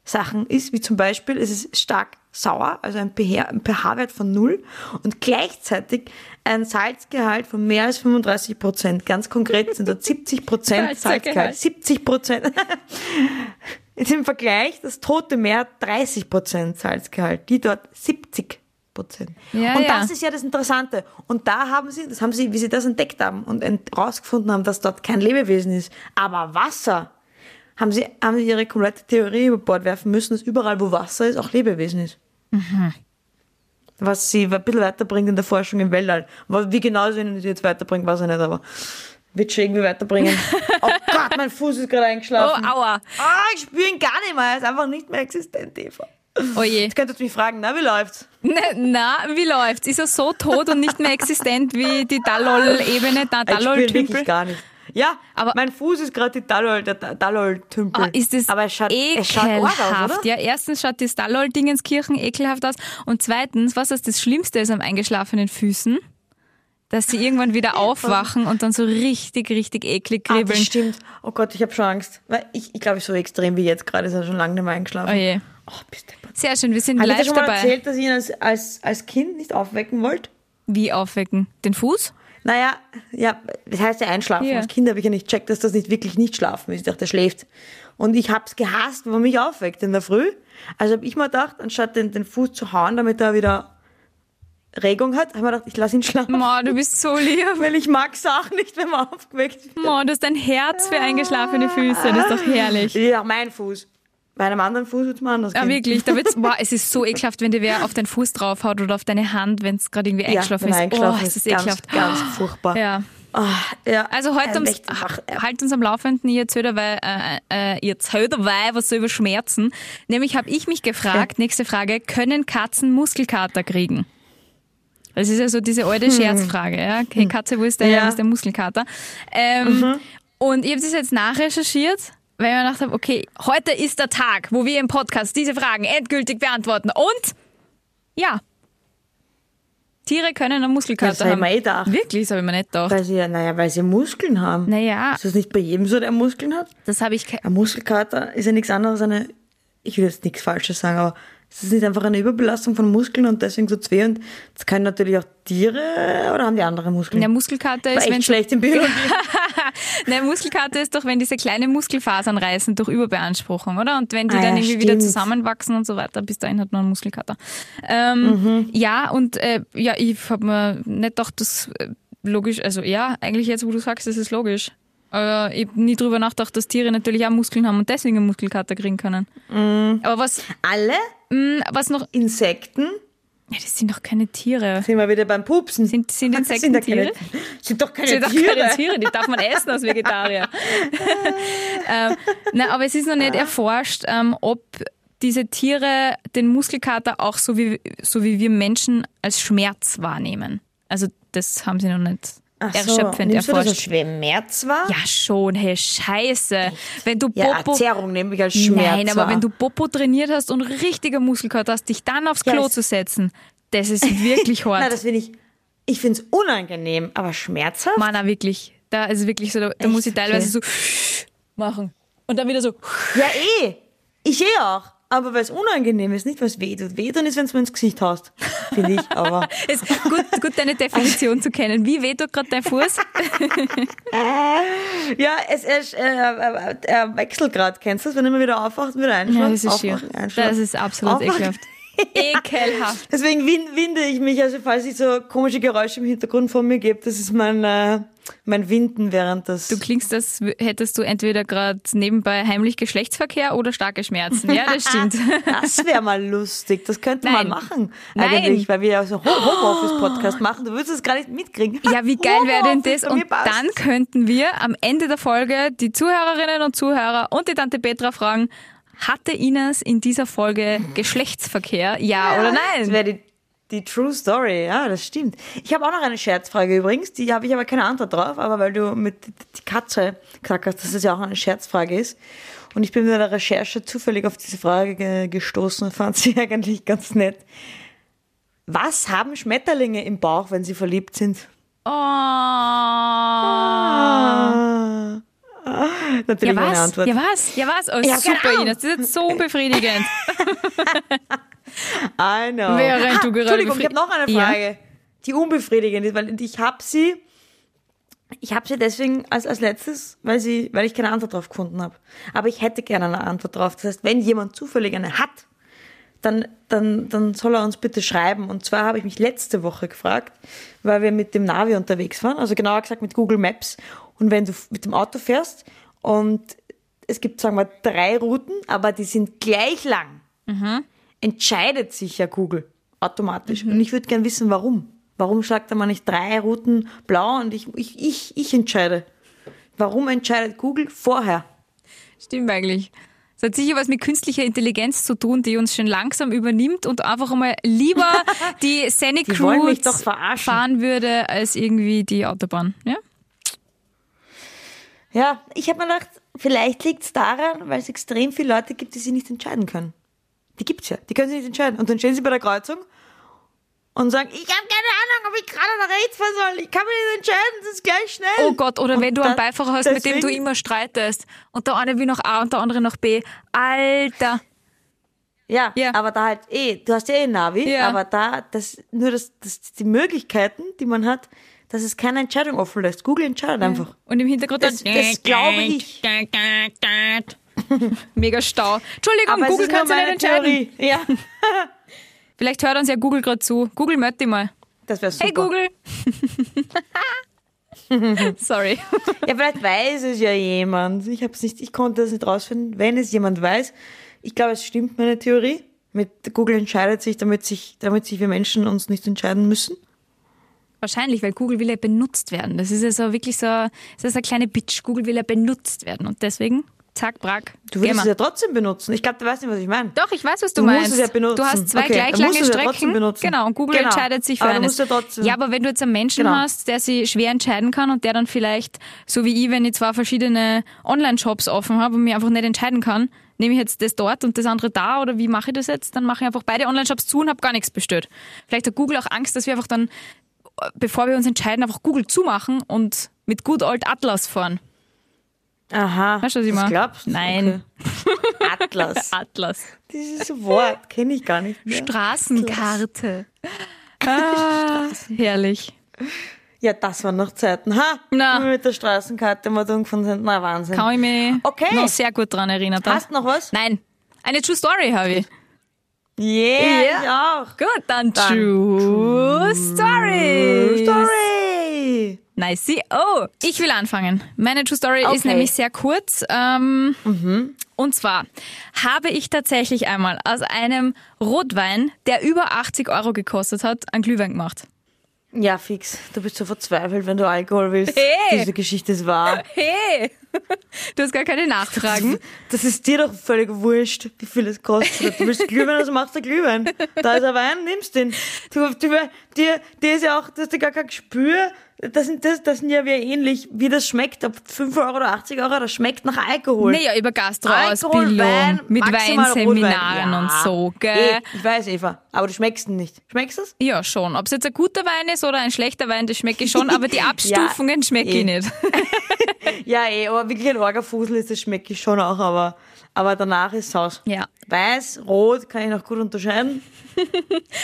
[SPEAKER 2] Sachen ist, wie zum Beispiel, es ist stark sauer, also ein pH-Wert von null und gleichzeitig ein Salzgehalt von mehr als 35 Prozent. Ganz konkret sind da 70 Prozent Salzgehalt.
[SPEAKER 3] Salzgehalt.
[SPEAKER 2] 70 Prozent. Im Vergleich das Tote Meer 30 Prozent Salzgehalt, die dort 70 Prozent.
[SPEAKER 3] Ja,
[SPEAKER 2] und
[SPEAKER 3] ja.
[SPEAKER 2] das ist ja das Interessante. Und da haben sie, das haben sie, wie sie das entdeckt haben und ent- rausgefunden haben, dass dort kein Lebewesen ist, aber Wasser, haben sie, haben sie ihre komplette Theorie über Bord werfen müssen, dass überall, wo Wasser ist, auch Lebewesen ist.
[SPEAKER 3] Mhm.
[SPEAKER 2] Was sie ein bisschen weiterbringt in der Forschung im Weltall. Aber Wie genau sie ihn jetzt weiterbringt, weiß ich nicht, aber wird schon irgendwie weiterbringen. oh Gott, mein Fuß ist gerade
[SPEAKER 3] Oh,
[SPEAKER 2] eingeschlafen.
[SPEAKER 3] aua.
[SPEAKER 2] Ah, ich spüre ihn gar nicht mehr. Er ist einfach nicht mehr existent, Eva.
[SPEAKER 3] Oh je.
[SPEAKER 2] Jetzt könntest du mich fragen, na, wie läuft's? Ah,
[SPEAKER 3] Na, na, wie läuft's? Ist er so tot und nicht mehr existent wie die Dalol-Ebene, der
[SPEAKER 2] Ich spüre ihn
[SPEAKER 3] Dalol-Tümpel?
[SPEAKER 2] wirklich gar nicht. Ja, aber
[SPEAKER 3] Aber-
[SPEAKER 2] mein Fuß ist gerade die Dallol, der Dallol-Tümpel.
[SPEAKER 3] Ah, ist das
[SPEAKER 2] aber es schaut, es schaut arg
[SPEAKER 3] ekelhaft.
[SPEAKER 2] aus, oder? Ah,
[SPEAKER 3] Ja, erstens schaut das Dallol-Dingenskirchen ekelhaft aus. Und zweitens, was ist das Schlimmste ist am eingeschlafenen Füßen? Dass sie irgendwann wieder aufwachen und dann so richtig, richtig eklig
[SPEAKER 2] Ah, das
[SPEAKER 3] kribbeln.
[SPEAKER 2] stimmt. Oh Gott, ich habe schon Angst. Weil ich, ich glaube, ich so extrem wie jetzt gerade ist er schon lange nicht mehr eingeschlafen.
[SPEAKER 3] Oh je.
[SPEAKER 2] Oh, bist du deppert.
[SPEAKER 3] Sehr schön, wir sind
[SPEAKER 2] Hab ich dir
[SPEAKER 3] live
[SPEAKER 2] schon mal
[SPEAKER 3] dabei.
[SPEAKER 2] erzählt, dass ich ihn als, als, als Kind nicht aufwecken wollte?
[SPEAKER 3] Wie aufwecken? Den Fuß?
[SPEAKER 2] Naja, ja, das heißt ja einschlafen.
[SPEAKER 3] Ja.
[SPEAKER 2] Als Kind habe ich ja nicht checkt, dass das nicht wirklich nicht schlafen ist. Ich dachte, der schläft. Und ich hab's gehasst, wenn man mich aufweckt in der Früh. Also habe ich mir gedacht, anstatt den, den Fuß zu hauen, damit er wieder Regung hat, habe ich mir gedacht, ich lasse ihn schlafen.
[SPEAKER 3] Ma, du bist so lieb.
[SPEAKER 2] Weil ich mag Sachen nicht, wenn man aufgeweckt wird.
[SPEAKER 3] Ma, du hast ein Herz für eingeschlafene Füße. Das ist doch herrlich.
[SPEAKER 2] Ja, mein Fuß. Bei einem anderen Fuß wird's mir anders
[SPEAKER 3] Ja,
[SPEAKER 2] gehen.
[SPEAKER 3] wirklich. Da wird's, boah, es ist so ekelhaft, wenn dir wer auf deinen Fuß draufhaut oder auf deine Hand, wenn es gerade irgendwie
[SPEAKER 2] Ja,
[SPEAKER 3] eingeschlafen
[SPEAKER 2] wenn er
[SPEAKER 3] ist.
[SPEAKER 2] eingeschlafen
[SPEAKER 3] oh,
[SPEAKER 2] ist,
[SPEAKER 3] es ist
[SPEAKER 2] ganz,
[SPEAKER 3] ekelhaft.
[SPEAKER 2] ganz furchtbar.
[SPEAKER 3] Ja.
[SPEAKER 2] Ah, ja.
[SPEAKER 3] Also heute
[SPEAKER 2] Ähm,
[SPEAKER 3] ums,
[SPEAKER 2] echt, ach, äh,
[SPEAKER 3] halt uns am Laufenden, ihr Zöder, weil, äh, äh, ihr Zöder, weil was so über Schmerzen. Nämlich habe ich mich gefragt, nächste Frage, können Katzen Muskelkater kriegen? Das ist ja so diese alte Scherzfrage. Ja? Okay, Katze, wo ist der,
[SPEAKER 2] Hm. Ja. Mhm.
[SPEAKER 3] wo ist der Muskelkater? Ähm, Und ich habe das jetzt nachrecherchiert, weil ich mir gedacht habe, okay, heute ist der Tag, wo wir im Podcast diese Fragen endgültig beantworten. Und ja, Tiere können einen Muskelkater
[SPEAKER 2] Das hab ich
[SPEAKER 3] haben.
[SPEAKER 2] mir eh gedacht.
[SPEAKER 3] Wirklich, das habe ich mir nicht gedacht.
[SPEAKER 2] weil sie, ja- naja, weil sie Muskeln haben.
[SPEAKER 3] Naja,
[SPEAKER 2] Ist das nicht bei jedem so, der Muskeln hat?
[SPEAKER 3] das habe ich ke-
[SPEAKER 2] Ein Muskelkater ist ja nichts anderes, als eine, ich will jetzt nichts Falsches sagen, aber es ist nicht einfach eine Überbelastung von Muskeln und deswegen so zwei und das können natürlich auch Tiere oder haben die andere Muskeln?
[SPEAKER 3] Der Muskelkater
[SPEAKER 2] War
[SPEAKER 3] ist, wenn
[SPEAKER 2] echt schlecht im Biologie.
[SPEAKER 3] Nein, Muskelkater ist doch, wenn diese kleinen Muskelfasern reißen durch Überbeanspruchung, oder? Und wenn die
[SPEAKER 2] Ah
[SPEAKER 3] dann
[SPEAKER 2] ja,
[SPEAKER 3] irgendwie wieder
[SPEAKER 2] stimmt.
[SPEAKER 3] zusammenwachsen und so weiter, bis dahin hat man einen Muskelkater. Ähm,
[SPEAKER 2] Mhm.
[SPEAKER 3] Ja, und äh, ja, ich habe mir nicht gedacht, dass äh, logisch, also ja, eigentlich jetzt, wo du sagst, das ist logisch. Äh, ich habe nie drüber nachgedacht, dass Tiere natürlich auch Muskeln haben und deswegen einen Muskelkater kriegen können.
[SPEAKER 2] Mhm.
[SPEAKER 3] Aber was,
[SPEAKER 2] Alle
[SPEAKER 3] mh, was noch,
[SPEAKER 2] Insekten
[SPEAKER 3] ja, das sind doch keine Tiere.
[SPEAKER 2] sind wir wieder beim Pupsen.
[SPEAKER 3] Sind, sind
[SPEAKER 2] sind,
[SPEAKER 3] Insekten
[SPEAKER 2] da
[SPEAKER 3] Tiere?
[SPEAKER 2] keine, sind doch keine
[SPEAKER 3] sind doch
[SPEAKER 2] Tiere.
[SPEAKER 3] keine Tiere, die darf man essen als Vegetarier. ähm, nein, aber es ist noch nicht erforscht, ähm, ob diese Tiere den Muskelkater auch so wie, so wie wir Menschen als Schmerz wahrnehmen. Also das haben sie noch nicht
[SPEAKER 2] Ach so,
[SPEAKER 3] erschöpfend
[SPEAKER 2] nimmst du das als
[SPEAKER 3] erforscht.
[SPEAKER 2] Schmerz war?
[SPEAKER 3] Ja schon, hey Scheiße. Wenn du
[SPEAKER 2] Ja,
[SPEAKER 3] Popo...
[SPEAKER 2] Zerrung nehme ich als Schmerz.
[SPEAKER 3] Nein, aber
[SPEAKER 2] wahr.
[SPEAKER 3] wenn du Popo trainiert hast und richtiger Muskelkater hast, dich dann aufs
[SPEAKER 2] Ja,
[SPEAKER 3] Klo
[SPEAKER 2] es-
[SPEAKER 3] zu setzen, das ist wirklich hart.
[SPEAKER 2] Nein, das finde ich. Ich finde es unangenehm, aber schmerzhaft.
[SPEAKER 3] Mann, na wirklich. Da ist wirklich so, da, da
[SPEAKER 2] Echt?
[SPEAKER 3] muss ich teilweise so machen. Und dann wieder so.
[SPEAKER 2] Ja, eh. Ich eh auch. Aber weil es unangenehm ist, nicht weil es weh tut. Weh tun ist, wenn es mir ins Gesicht haust. Finde ich, aber.
[SPEAKER 3] Es, gut, gut, deine Definition zu kennen. Wie weh tut gerade dein Fuß?
[SPEAKER 2] Ja, es, es äh, äh, äh, er wechselt gerade. Kennst du das, wenn er immer wieder aufwacht und wieder einschlaft?
[SPEAKER 3] Ja, das ist schier.
[SPEAKER 2] Aufwachen, einschlafen.
[SPEAKER 3] Das ist absolut
[SPEAKER 2] Aufwachen.
[SPEAKER 3] ekelhaft. Ekelhaft.
[SPEAKER 2] Deswegen win winde ich mich, also falls ich so komische Geräusche im Hintergrund von mir gebe, das ist mein, äh, mein Winden während das.
[SPEAKER 3] Du klingst, als w- hättest du entweder gerade nebenbei heimlich Geschlechtsverkehr oder starke Schmerzen. Ja, das stimmt.
[SPEAKER 2] Ah, Das wäre mal lustig. Das könnte man
[SPEAKER 3] Nein.
[SPEAKER 2] machen.
[SPEAKER 3] Nein.
[SPEAKER 2] Eigentlich, weil wir ja so Ho- Homeoffice-Podcast machen. Du würdest es gar nicht mitkriegen.
[SPEAKER 3] Ja, wie geil wäre denn
[SPEAKER 2] Homeoffice,
[SPEAKER 3] das?
[SPEAKER 2] bei mir
[SPEAKER 3] Und
[SPEAKER 2] passt's.
[SPEAKER 3] dann könnten wir am Ende der Folge die Zuhörerinnen und Zuhörer und die Tante Petra fragen, hatte Ines in dieser Folge Geschlechtsverkehr? Ja, oder
[SPEAKER 2] Das
[SPEAKER 3] nein?
[SPEAKER 2] wäre die, die True Story. Ja, das stimmt. Ich habe auch noch eine Scherzfrage übrigens. Die habe ich aber keine Antwort drauf. Aber weil du mit die Katze gesagt hast, dass es ja auch eine Scherzfrage ist. Und ich bin bei der Recherche zufällig auf diese Frage ge- gestoßen und fand sie eigentlich ganz nett. Was haben Schmetterlinge im Bauch, wenn sie verliebt sind?
[SPEAKER 3] Oh.
[SPEAKER 2] Ah. Natürlich
[SPEAKER 3] Ja
[SPEAKER 2] eine
[SPEAKER 3] was?
[SPEAKER 2] Antwort.
[SPEAKER 3] Ja was? Ja was? Oh,
[SPEAKER 2] Ja, keine
[SPEAKER 3] super,
[SPEAKER 2] Ahnung.
[SPEAKER 3] Ines. Das ist jetzt so befriedigend.
[SPEAKER 2] I know. Ah,
[SPEAKER 3] Während du gerade
[SPEAKER 2] Entschuldigung, ich habe
[SPEAKER 3] befri-
[SPEAKER 2] noch eine
[SPEAKER 3] Ja.
[SPEAKER 2] Frage, die unbefriedigend ist, weil ich habe sie, ich habe sie deswegen als, als letztes, weil, sie, weil ich keine Antwort drauf gefunden habe. Aber ich hätte gerne eine Antwort drauf. Das heißt, wenn jemand zufällig eine hat, dann, dann, dann soll er uns bitte schreiben. Und zwar habe ich mich letzte Woche gefragt, weil wir mit dem Navi unterwegs waren, also genauer gesagt mit Google Maps. Und wenn du f- mit dem Auto fährst und es gibt, sagen wir, drei Routen, aber die sind gleich lang, entscheidet sich ja Google automatisch. Und ich würde gern wissen, warum. Warum sagt er mal nicht drei Routen blau und ich, ich, ich, ich entscheide? Warum entscheidet Google vorher?
[SPEAKER 3] Stimmt eigentlich. Das hat sicher was mit künstlicher Intelligenz zu tun, die uns schon langsam übernimmt und einfach einmal lieber die Scenic
[SPEAKER 2] Die wollen mich
[SPEAKER 3] Routes
[SPEAKER 2] doch verarschen.
[SPEAKER 3] fahren würde, als irgendwie die Autobahn. Ja?
[SPEAKER 2] Ja, ich habe mir gedacht, vielleicht liegt es daran, weil es extrem viele Leute gibt, die sich nicht entscheiden können. Die gibt's ja, die können sich nicht entscheiden. Und dann stehen sie bei der Kreuzung und sagen, ich habe keine Ahnung, ob ich gerade nach rechts fahren soll. Ich kann mich nicht entscheiden, es ist gleich schnell.
[SPEAKER 3] Oh Gott, oder
[SPEAKER 2] Und
[SPEAKER 3] wenn du
[SPEAKER 2] da-
[SPEAKER 3] einen Beifahrer hast, mit dem du
[SPEAKER 2] deswegen-
[SPEAKER 3] immer streitest und der eine will nach A und der andere nach B. Alter.
[SPEAKER 2] Ja,
[SPEAKER 3] Ja.
[SPEAKER 2] aber da halt eh, du hast ja eh ein Navi,
[SPEAKER 3] Ja.
[SPEAKER 2] aber da, das, nur das, das, die Möglichkeiten, die man hat, dass es keine Entscheidung offen lässt. Google entscheidet einfach.
[SPEAKER 3] Und im Hintergrund
[SPEAKER 2] Das- das glaube ich.
[SPEAKER 3] Mega Stau. Entschuldigung,
[SPEAKER 2] Aber es
[SPEAKER 3] Google
[SPEAKER 2] ist nur
[SPEAKER 3] kann sich nicht
[SPEAKER 2] meine
[SPEAKER 3] entscheiden.
[SPEAKER 2] Theorie. Ja,
[SPEAKER 3] Vielleicht hört uns ja Google gerade zu. Google, meld dich mal.
[SPEAKER 2] das wäre super.
[SPEAKER 3] Hey Google. Sorry.
[SPEAKER 2] Ja, vielleicht weiß es ja jemand. Ich hab's nicht, ich konnte das nicht rausfinden. Wenn es jemand weiß, ich glaube, es stimmt meine Theorie. Mit Google entscheidet sich, damit sich, damit sich wir Menschen uns nicht entscheiden müssen.
[SPEAKER 3] Wahrscheinlich, weil Google will ja benutzt werden. Das ist ja so wirklich so, das ist eine kleine Bitch. Google will ja benutzt werden. Und deswegen, zack, brack.
[SPEAKER 2] Du willst
[SPEAKER 3] geh
[SPEAKER 2] es
[SPEAKER 3] mal.
[SPEAKER 2] ja trotzdem benutzen. Ich glaube, du weißt nicht, was ich meine.
[SPEAKER 3] Doch, ich weiß, was du,
[SPEAKER 2] Du musst
[SPEAKER 3] meinst.
[SPEAKER 2] es ja benutzen.
[SPEAKER 3] Du hast zwei
[SPEAKER 2] Okay,
[SPEAKER 3] gleich
[SPEAKER 2] dann musst
[SPEAKER 3] lange
[SPEAKER 2] du es ja
[SPEAKER 3] Strecken.
[SPEAKER 2] trotzdem benutzen.
[SPEAKER 3] Genau, und Google
[SPEAKER 2] Genau.
[SPEAKER 3] entscheidet sich für
[SPEAKER 2] Aber du
[SPEAKER 3] eines.
[SPEAKER 2] musst ja trotzdem-
[SPEAKER 3] ja, aber wenn du jetzt einen Menschen
[SPEAKER 2] Genau.
[SPEAKER 3] hast, der sich schwer entscheiden kann und der dann vielleicht, so wie ich, wenn ich zwei verschiedene Online-Shops offen habe und mich einfach nicht entscheiden kann, nehme ich jetzt das dort und das andere da oder wie mache ich das jetzt? Dann mache ich einfach beide Online-Shops zu und habe gar nichts bestellt. Vielleicht hat Google auch Angst, dass wir einfach dann, bevor wir uns entscheiden, einfach Google zumachen und mit Good Old Atlas fahren.
[SPEAKER 2] Aha.
[SPEAKER 3] Weißt du, was ich
[SPEAKER 2] das
[SPEAKER 3] meine?
[SPEAKER 2] glaubst du?
[SPEAKER 3] Nein.
[SPEAKER 2] Okay. Atlas.
[SPEAKER 3] Atlas.
[SPEAKER 2] Dieses Wort kenne ich gar nicht mehr.
[SPEAKER 3] Straßenkarte. Ah, herrlich.
[SPEAKER 2] Ja, das waren noch Zeiten. Ha!
[SPEAKER 3] Na.
[SPEAKER 2] Wie wir mit der Straßenkarte mal umgefunden sind. Na, Wahnsinn.
[SPEAKER 3] Kann ich mich
[SPEAKER 2] Okay.
[SPEAKER 3] noch sehr gut dran erinnern.
[SPEAKER 2] Hast noch was?
[SPEAKER 3] Nein. Eine True Story habe ich.
[SPEAKER 2] Yeah, ich auch.
[SPEAKER 3] Gut, dann,
[SPEAKER 2] Dann
[SPEAKER 3] True, Story.
[SPEAKER 2] Story!
[SPEAKER 3] Nice. Oh, ich will anfangen. Meine True Story ist
[SPEAKER 2] Okay. Mhm.
[SPEAKER 3] nämlich sehr kurz. Ähm, Und zwar habe ich tatsächlich einmal aus einem Rotwein, der über 80 Euro gekostet hat, einen Glühwein gemacht.
[SPEAKER 2] Ja, fix. Du bist so verzweifelt, wenn du Alkohol willst.
[SPEAKER 3] Hey.
[SPEAKER 2] Diese Geschichte ist wahr.
[SPEAKER 3] Hey, du hast gar keine Nachfragen.
[SPEAKER 2] Das ist dir doch völlig wurscht, wie viel es kostet. Du willst Glühwein, also machst du Glühwein. Da ist ein Wein, nimmst den. Du, du, dir, dir ist ja auch, du hast ja gar kein Gespür. Das sind, das, das sind ja wir ähnlich, wie das schmeckt. Ob 5 Euro oder 80 Euro, das schmeckt nach Alkohol.
[SPEAKER 3] Naja, über Gastroausbildung,
[SPEAKER 2] Alkohol, Wein,
[SPEAKER 3] mit
[SPEAKER 2] maximal
[SPEAKER 3] Weinseminaren
[SPEAKER 2] Rotwein.
[SPEAKER 3] und
[SPEAKER 2] Ja.
[SPEAKER 3] so, gell?
[SPEAKER 2] Eh, ich weiß, Eva, aber du schmeckst ihn nicht. Schmeckst du es?
[SPEAKER 3] Ja, schon. Ob es jetzt ein guter Wein ist oder ein schlechter Wein, das schmecke ich schon, aber die Abstufungen schmecke
[SPEAKER 2] eh.
[SPEAKER 3] ich nicht.
[SPEAKER 2] Ja, eh, aber wirklich ein arger Fusel ist, das schmecke ich schon auch, aber, aber danach ist Saus.
[SPEAKER 3] Ja.
[SPEAKER 2] Weiß, rot kann ich noch gut unterscheiden.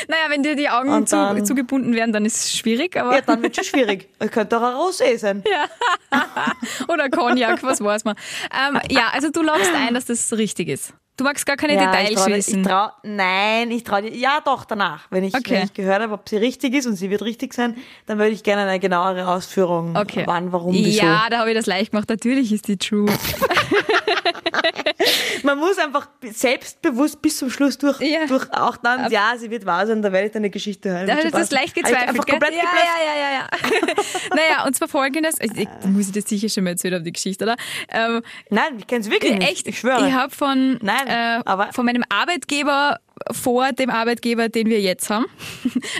[SPEAKER 3] Naja, wenn dir die Augen
[SPEAKER 2] Und
[SPEAKER 3] zu,
[SPEAKER 2] dann-
[SPEAKER 3] zugebunden werden, dann ist es schwierig, aber.
[SPEAKER 2] Ja, dann wird schon schwierig. Es könnte auch ein Rosé sein.
[SPEAKER 3] oder Cognac, was weiß man. Ähm, ja, also du loggst ein, dass das richtig ist. Du magst gar keine
[SPEAKER 2] ich
[SPEAKER 3] Details
[SPEAKER 2] trau dir-
[SPEAKER 3] wissen.
[SPEAKER 2] Ich trau, nein, ich traue dir. Ja, doch, danach. Wenn ich,
[SPEAKER 3] Okay.
[SPEAKER 2] wenn ich gehört habe, ob sie richtig ist und sie wird richtig sein, dann würde ich gerne eine genauere Ausführung.
[SPEAKER 3] Okay.
[SPEAKER 2] Wann, warum, wieso.
[SPEAKER 3] Ja, da habe ich das leicht gemacht. Natürlich ist die true.
[SPEAKER 2] Man muss einfach selbstbewusst bis zum Schluss durch.
[SPEAKER 3] Ja.
[SPEAKER 2] durch auch dann, ja, sie wird wahr sein, da werde ich deine Geschichte hören.
[SPEAKER 3] Da
[SPEAKER 2] Wird
[SPEAKER 3] hat
[SPEAKER 2] schon
[SPEAKER 3] jetzt das
[SPEAKER 2] passen.
[SPEAKER 3] leicht gezweifelt.
[SPEAKER 2] Hab ich Einfach
[SPEAKER 3] gell?
[SPEAKER 2] komplett
[SPEAKER 3] ja,
[SPEAKER 2] gebläfft.
[SPEAKER 3] ja, ja, ja. naja, und zwar folgendes. Also, ich muss ich das sicher schon mal erzählt haben, die Geschichte, oder? Ähm,
[SPEAKER 2] Nein, ich kenne es wirklich nicht.
[SPEAKER 3] echt,
[SPEAKER 2] Ich schwöre.
[SPEAKER 3] Ich habe von,
[SPEAKER 2] Nein,
[SPEAKER 3] äh,
[SPEAKER 2] aber-
[SPEAKER 3] von meinem Arbeitgeber vor dem Arbeitgeber, den wir jetzt haben.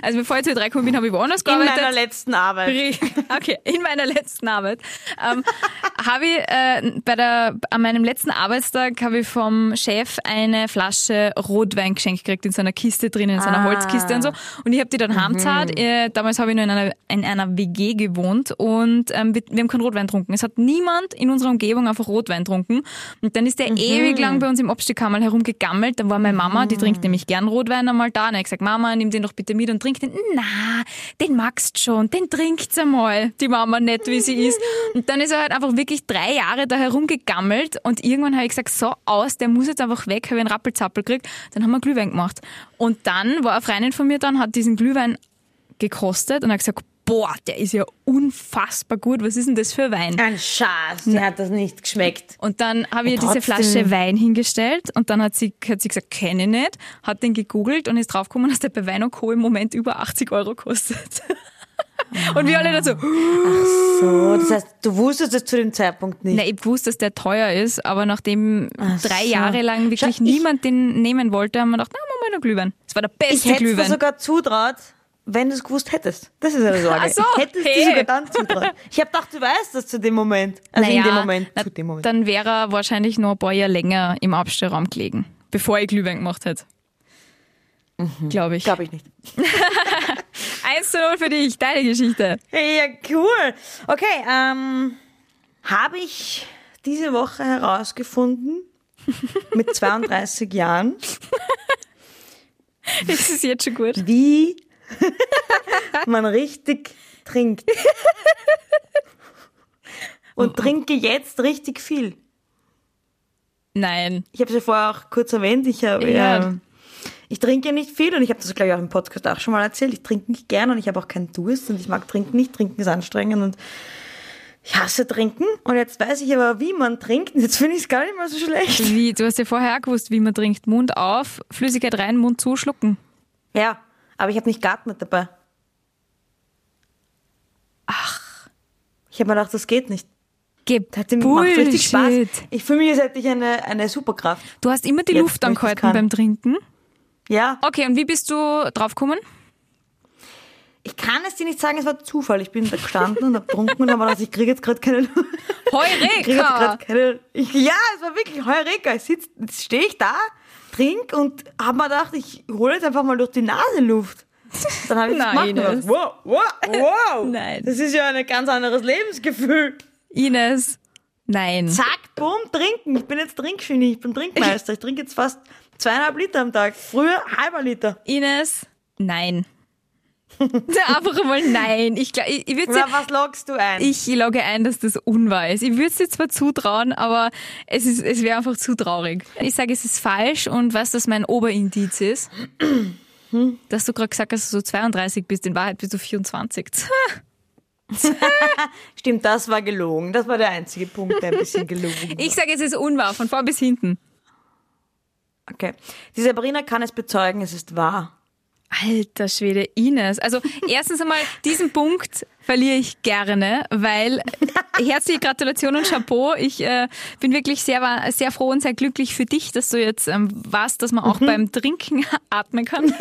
[SPEAKER 3] Also bevor ich zu drei gekommen bin, habe ich woanders
[SPEAKER 2] In
[SPEAKER 3] gearbeitet.
[SPEAKER 2] meiner letzten Arbeit.
[SPEAKER 3] Pri- Okay, in meiner letzten Arbeit ähm, habe ich äh, bei der, an meinem letzten Arbeitstag habe ich vom Chef eine Flasche Rotwein geschenkt gekriegt in so einer Kiste drinnen, in so einer
[SPEAKER 2] Ah. Mhm.
[SPEAKER 3] Holzkiste und so. Und ich habe die dann heimgezahlt. Äh, damals habe ich noch in einer, in einer WG gewohnt und ähm, wir, wir haben keinen Rotwein getrunken. Es hat niemand in unserer Umgebung einfach Rotwein getrunken. Und dann ist
[SPEAKER 2] Mhm.
[SPEAKER 3] der ewig lang bei uns im Obstkammerl herumgegammelt. Dann war meine Mama, die trinkt nämlich gern Rotwein einmal da. Und ich hab gesagt, Mama, nimm den doch bitte mit und trink den. Na, den magst schon, den trinkt's einmal. Die Mama nett, wie sie ist. Und dann ist er halt einfach wirklich drei Jahre da herumgegammelt. Und irgendwann habe ich gesagt, so aus, der muss jetzt einfach weg, habe ich einen Rappelzappel gekriegt. Dann haben wir Glühwein gemacht. Und dann war eine Freundin von mir dann, hat diesen Glühwein gekostet und hat gesagt, boah, der ist ja unfassbar gut. Was ist denn das für Wein?
[SPEAKER 2] Ein Schatz, mir hat das nicht geschmeckt.
[SPEAKER 3] Und dann habe ich ihr diese
[SPEAKER 2] trotzdem.
[SPEAKER 3] Flasche Wein hingestellt und dann hat sie, hat sie gesagt, kenne ich nicht, hat den gegoogelt und ist draufgekommen, dass der bei Wein und Co. im Moment über 80 Euro kostet. Und wir alle dazu,
[SPEAKER 2] Ah.
[SPEAKER 3] so,
[SPEAKER 2] So, das heißt, du wusstest es zu dem Zeitpunkt nicht.
[SPEAKER 3] na, ich wusste, dass der teuer ist, aber nachdem drei
[SPEAKER 2] so.
[SPEAKER 3] Jahre lang wirklich
[SPEAKER 2] Schau, ich-
[SPEAKER 3] niemand den nehmen wollte, haben wir gedacht, na, machen wir noch Glühwein. Es war der
[SPEAKER 2] ich
[SPEAKER 3] beste
[SPEAKER 2] hätte es dir
[SPEAKER 3] Glühwein.
[SPEAKER 2] sogar zutraut, wenn du es gewusst hättest. Das ist eine Sorge.
[SPEAKER 3] Ach so,
[SPEAKER 2] ich hätte es
[SPEAKER 3] hey.
[SPEAKER 2] dir sogar dann zutraut. Ich habe gedacht, du weißt das zu dem Moment. Also in dem Moment.
[SPEAKER 3] na,
[SPEAKER 2] zu dem Moment.
[SPEAKER 3] Dann wäre er wahrscheinlich noch ein paar Jahre länger im Abstellraum gelegen, bevor ich Glühwein gemacht hätte. Glaube ich.
[SPEAKER 2] Glaube Mhm. ich nicht.
[SPEAKER 3] 1 zu 0 für dich, deine Geschichte.
[SPEAKER 2] Ja, cool. Okay, ähm, habe ich diese Woche herausgefunden, mit 32 Jahren,
[SPEAKER 3] Das ist jetzt schon gut.
[SPEAKER 2] wie man richtig trinkt. Und trinke jetzt richtig viel.
[SPEAKER 3] Nein.
[SPEAKER 2] Ich habe es ja vorher auch kurz erwähnt. Ich, habe,
[SPEAKER 3] Ja.
[SPEAKER 2] ähm, ich trinke nicht viel und ich habe das, glaube ich, auch im Podcast auch schon mal erzählt. Ich trinke nicht gern und ich habe auch keinen Durst und ich mag trinken nicht. Trinken ist anstrengend und ich hasse trinken. Und jetzt weiß ich aber, wie man trinkt. Und jetzt finde ich es gar nicht mal so schlecht.
[SPEAKER 3] Wie, du hast ja vorher auch gewusst, wie man trinkt. Mund auf, Flüssigkeit rein, Mund zu, schlucken.
[SPEAKER 2] Ja, aber ich habe nicht geatmet dabei. Ach. Ich habe mir gedacht, das geht nicht.
[SPEAKER 3] Gibt.
[SPEAKER 2] Das hat dem macht richtig Spaß. Ich fühle mich, als hätte ich eine, eine Superkraft.
[SPEAKER 3] Du hast immer die
[SPEAKER 2] Jetzt,
[SPEAKER 3] Luft
[SPEAKER 2] wo ich das
[SPEAKER 3] angehalten
[SPEAKER 2] kann.
[SPEAKER 3] beim Trinken.
[SPEAKER 2] Ja,
[SPEAKER 3] Okay, und wie bist du draufgekommen?
[SPEAKER 2] ich kann es dir nicht sagen, es war Zufall. Ich bin da gestanden und habe getrunken und habe gedacht, ich kriege jetzt gerade keine Luft. Ich krieg jetzt
[SPEAKER 3] Heureka!
[SPEAKER 2] grad keine. Ich, ja, es war wirklich Heureka. Ich sitz, jetzt stehe ich da, trink und habe mir gedacht, ich hole jetzt einfach mal durch die Nase Luft. Dann habe ich das gemacht.
[SPEAKER 3] Nein,
[SPEAKER 2] und gedacht,
[SPEAKER 3] Ines.
[SPEAKER 2] Wow, wow, wow.
[SPEAKER 3] Nein.
[SPEAKER 2] Das ist ja ein ganz anderes Lebensgefühl.
[SPEAKER 3] Ines. Nein.
[SPEAKER 2] Zack, bumm, trinken. Ich bin jetzt Trinkgenie, ich bin Trinkmeister. Ich trinke jetzt fast zweieinhalb Liter am Tag. Früher halber Liter.
[SPEAKER 3] Ines. Nein. Einfach mal nein. Ich, glaub- ich, ich würde
[SPEAKER 2] Na, was lockst du ein?
[SPEAKER 3] Ich logge ein, dass das unwahr ist. Ich würde es dir zwar zutrauen, aber es, ist- es wäre einfach zu traurig. Ich sage, es ist falsch und weißt du, was das mein Oberindiz ist? Dass du gerade gesagt hast, dass du 32 bist. In Wahrheit bist du 24.
[SPEAKER 2] Stimmt, das war gelogen. Das war der einzige Punkt, der ein bisschen gelogen
[SPEAKER 3] Ich sage, es ist unwahr, von vorn bis hinten.
[SPEAKER 2] Okay. Die Sabrina kann es bezeugen, es ist wahr.
[SPEAKER 3] Alter Schwede, Ines. Also erstens einmal, diesen Punkt verliere ich gerne, weil herzliche Gratulation und Chapeau. Ich äh, bin wirklich sehr, wa- sehr froh und sehr glücklich für dich, dass du jetzt ähm, warst, dass man auch beim Trinken atmen kann.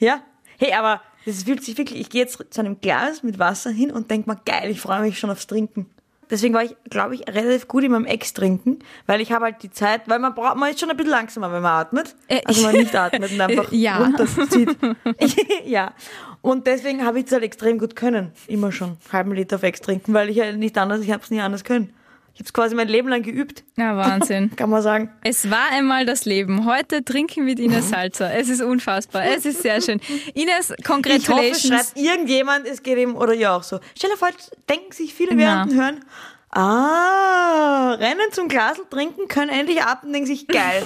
[SPEAKER 2] Ja? Hey, aber das fühlt sich wirklich, ich gehe jetzt zu einem Glas mit Wasser hin und denke mal, geil, ich freue mich schon aufs Trinken. Deswegen war ich, glaube ich, relativ gut in meinem Ex-Trinken, weil ich habe halt die Zeit, weil man braucht, man ist schon ein bisschen langsamer, wenn man atmet.
[SPEAKER 3] Äh,
[SPEAKER 2] Also man nicht atmet und einfach
[SPEAKER 3] Äh, ja.
[SPEAKER 2] runterzieht. ja. Und deswegen habe ich es halt extrem gut können. Immer schon. Halben Liter auf Ex trinken, weil ich halt nicht anders, ich habe es nie anders können. Ich habe es quasi mein Leben lang geübt,
[SPEAKER 3] Ja, Wahnsinn.
[SPEAKER 2] kann man sagen.
[SPEAKER 3] Es war einmal das Leben. Heute trinken mit Ines Salzer. Es ist unfassbar. Es ist sehr schön. Ines,
[SPEAKER 2] Mhm. Ich hoffe, es
[SPEAKER 3] congratulations.
[SPEAKER 2] schreibt irgendjemand, es geht ihm oder ihr auch so. Stell dir vor, jetzt denken sich viele
[SPEAKER 3] Na.
[SPEAKER 2] während dem Hören, ah, rennen zum Glasl, trinken, können endlich ab und denken sich, geil.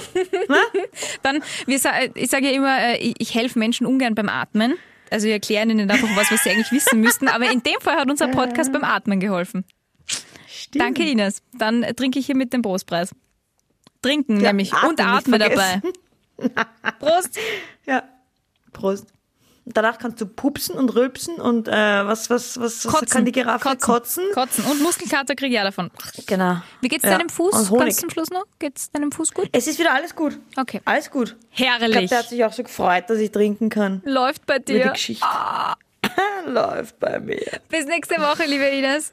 [SPEAKER 3] Dann, wir, sa- ich sage ja immer, äh, ich, ich helfe Menschen ungern beim Atmen. Also wir erklären ihnen einfach was, was sie eigentlich wissen müssten. Aber in dem Fall hat unser Podcast beim Atmen geholfen.
[SPEAKER 2] Stimmt.
[SPEAKER 3] Danke, Ines. Dann äh, trinke ich hier mit dem Prostpreis. Trinken
[SPEAKER 2] Ja,
[SPEAKER 3] nämlich
[SPEAKER 2] atmen
[SPEAKER 3] und
[SPEAKER 2] nicht
[SPEAKER 3] atme dabei.
[SPEAKER 2] vergessen.
[SPEAKER 3] Prost!
[SPEAKER 2] Ja, Prost. Danach kannst du pupsen und rülpsen und äh, was, was, was, was kann die Giraffe kotzen?
[SPEAKER 3] Kotzen. Und Muskelkater kriege ich ja davon.
[SPEAKER 2] Genau.
[SPEAKER 3] Wie geht's
[SPEAKER 2] Ja,
[SPEAKER 3] deinem
[SPEAKER 2] und
[SPEAKER 3] Fuß?
[SPEAKER 2] Honig.
[SPEAKER 3] Ganz zum Schluss noch? Geht's deinem Fuß gut?
[SPEAKER 2] Es ist wieder alles gut.
[SPEAKER 3] Okay.
[SPEAKER 2] Alles gut. Ich glaube,
[SPEAKER 3] Herrlich.
[SPEAKER 2] der hat sich auch so gefreut, dass ich trinken kann.
[SPEAKER 3] Läuft bei
[SPEAKER 2] Über die
[SPEAKER 3] dir.
[SPEAKER 2] Geschichte.
[SPEAKER 3] Ah.
[SPEAKER 2] Läuft bei mir.
[SPEAKER 3] Bis nächste Woche, liebe Ines.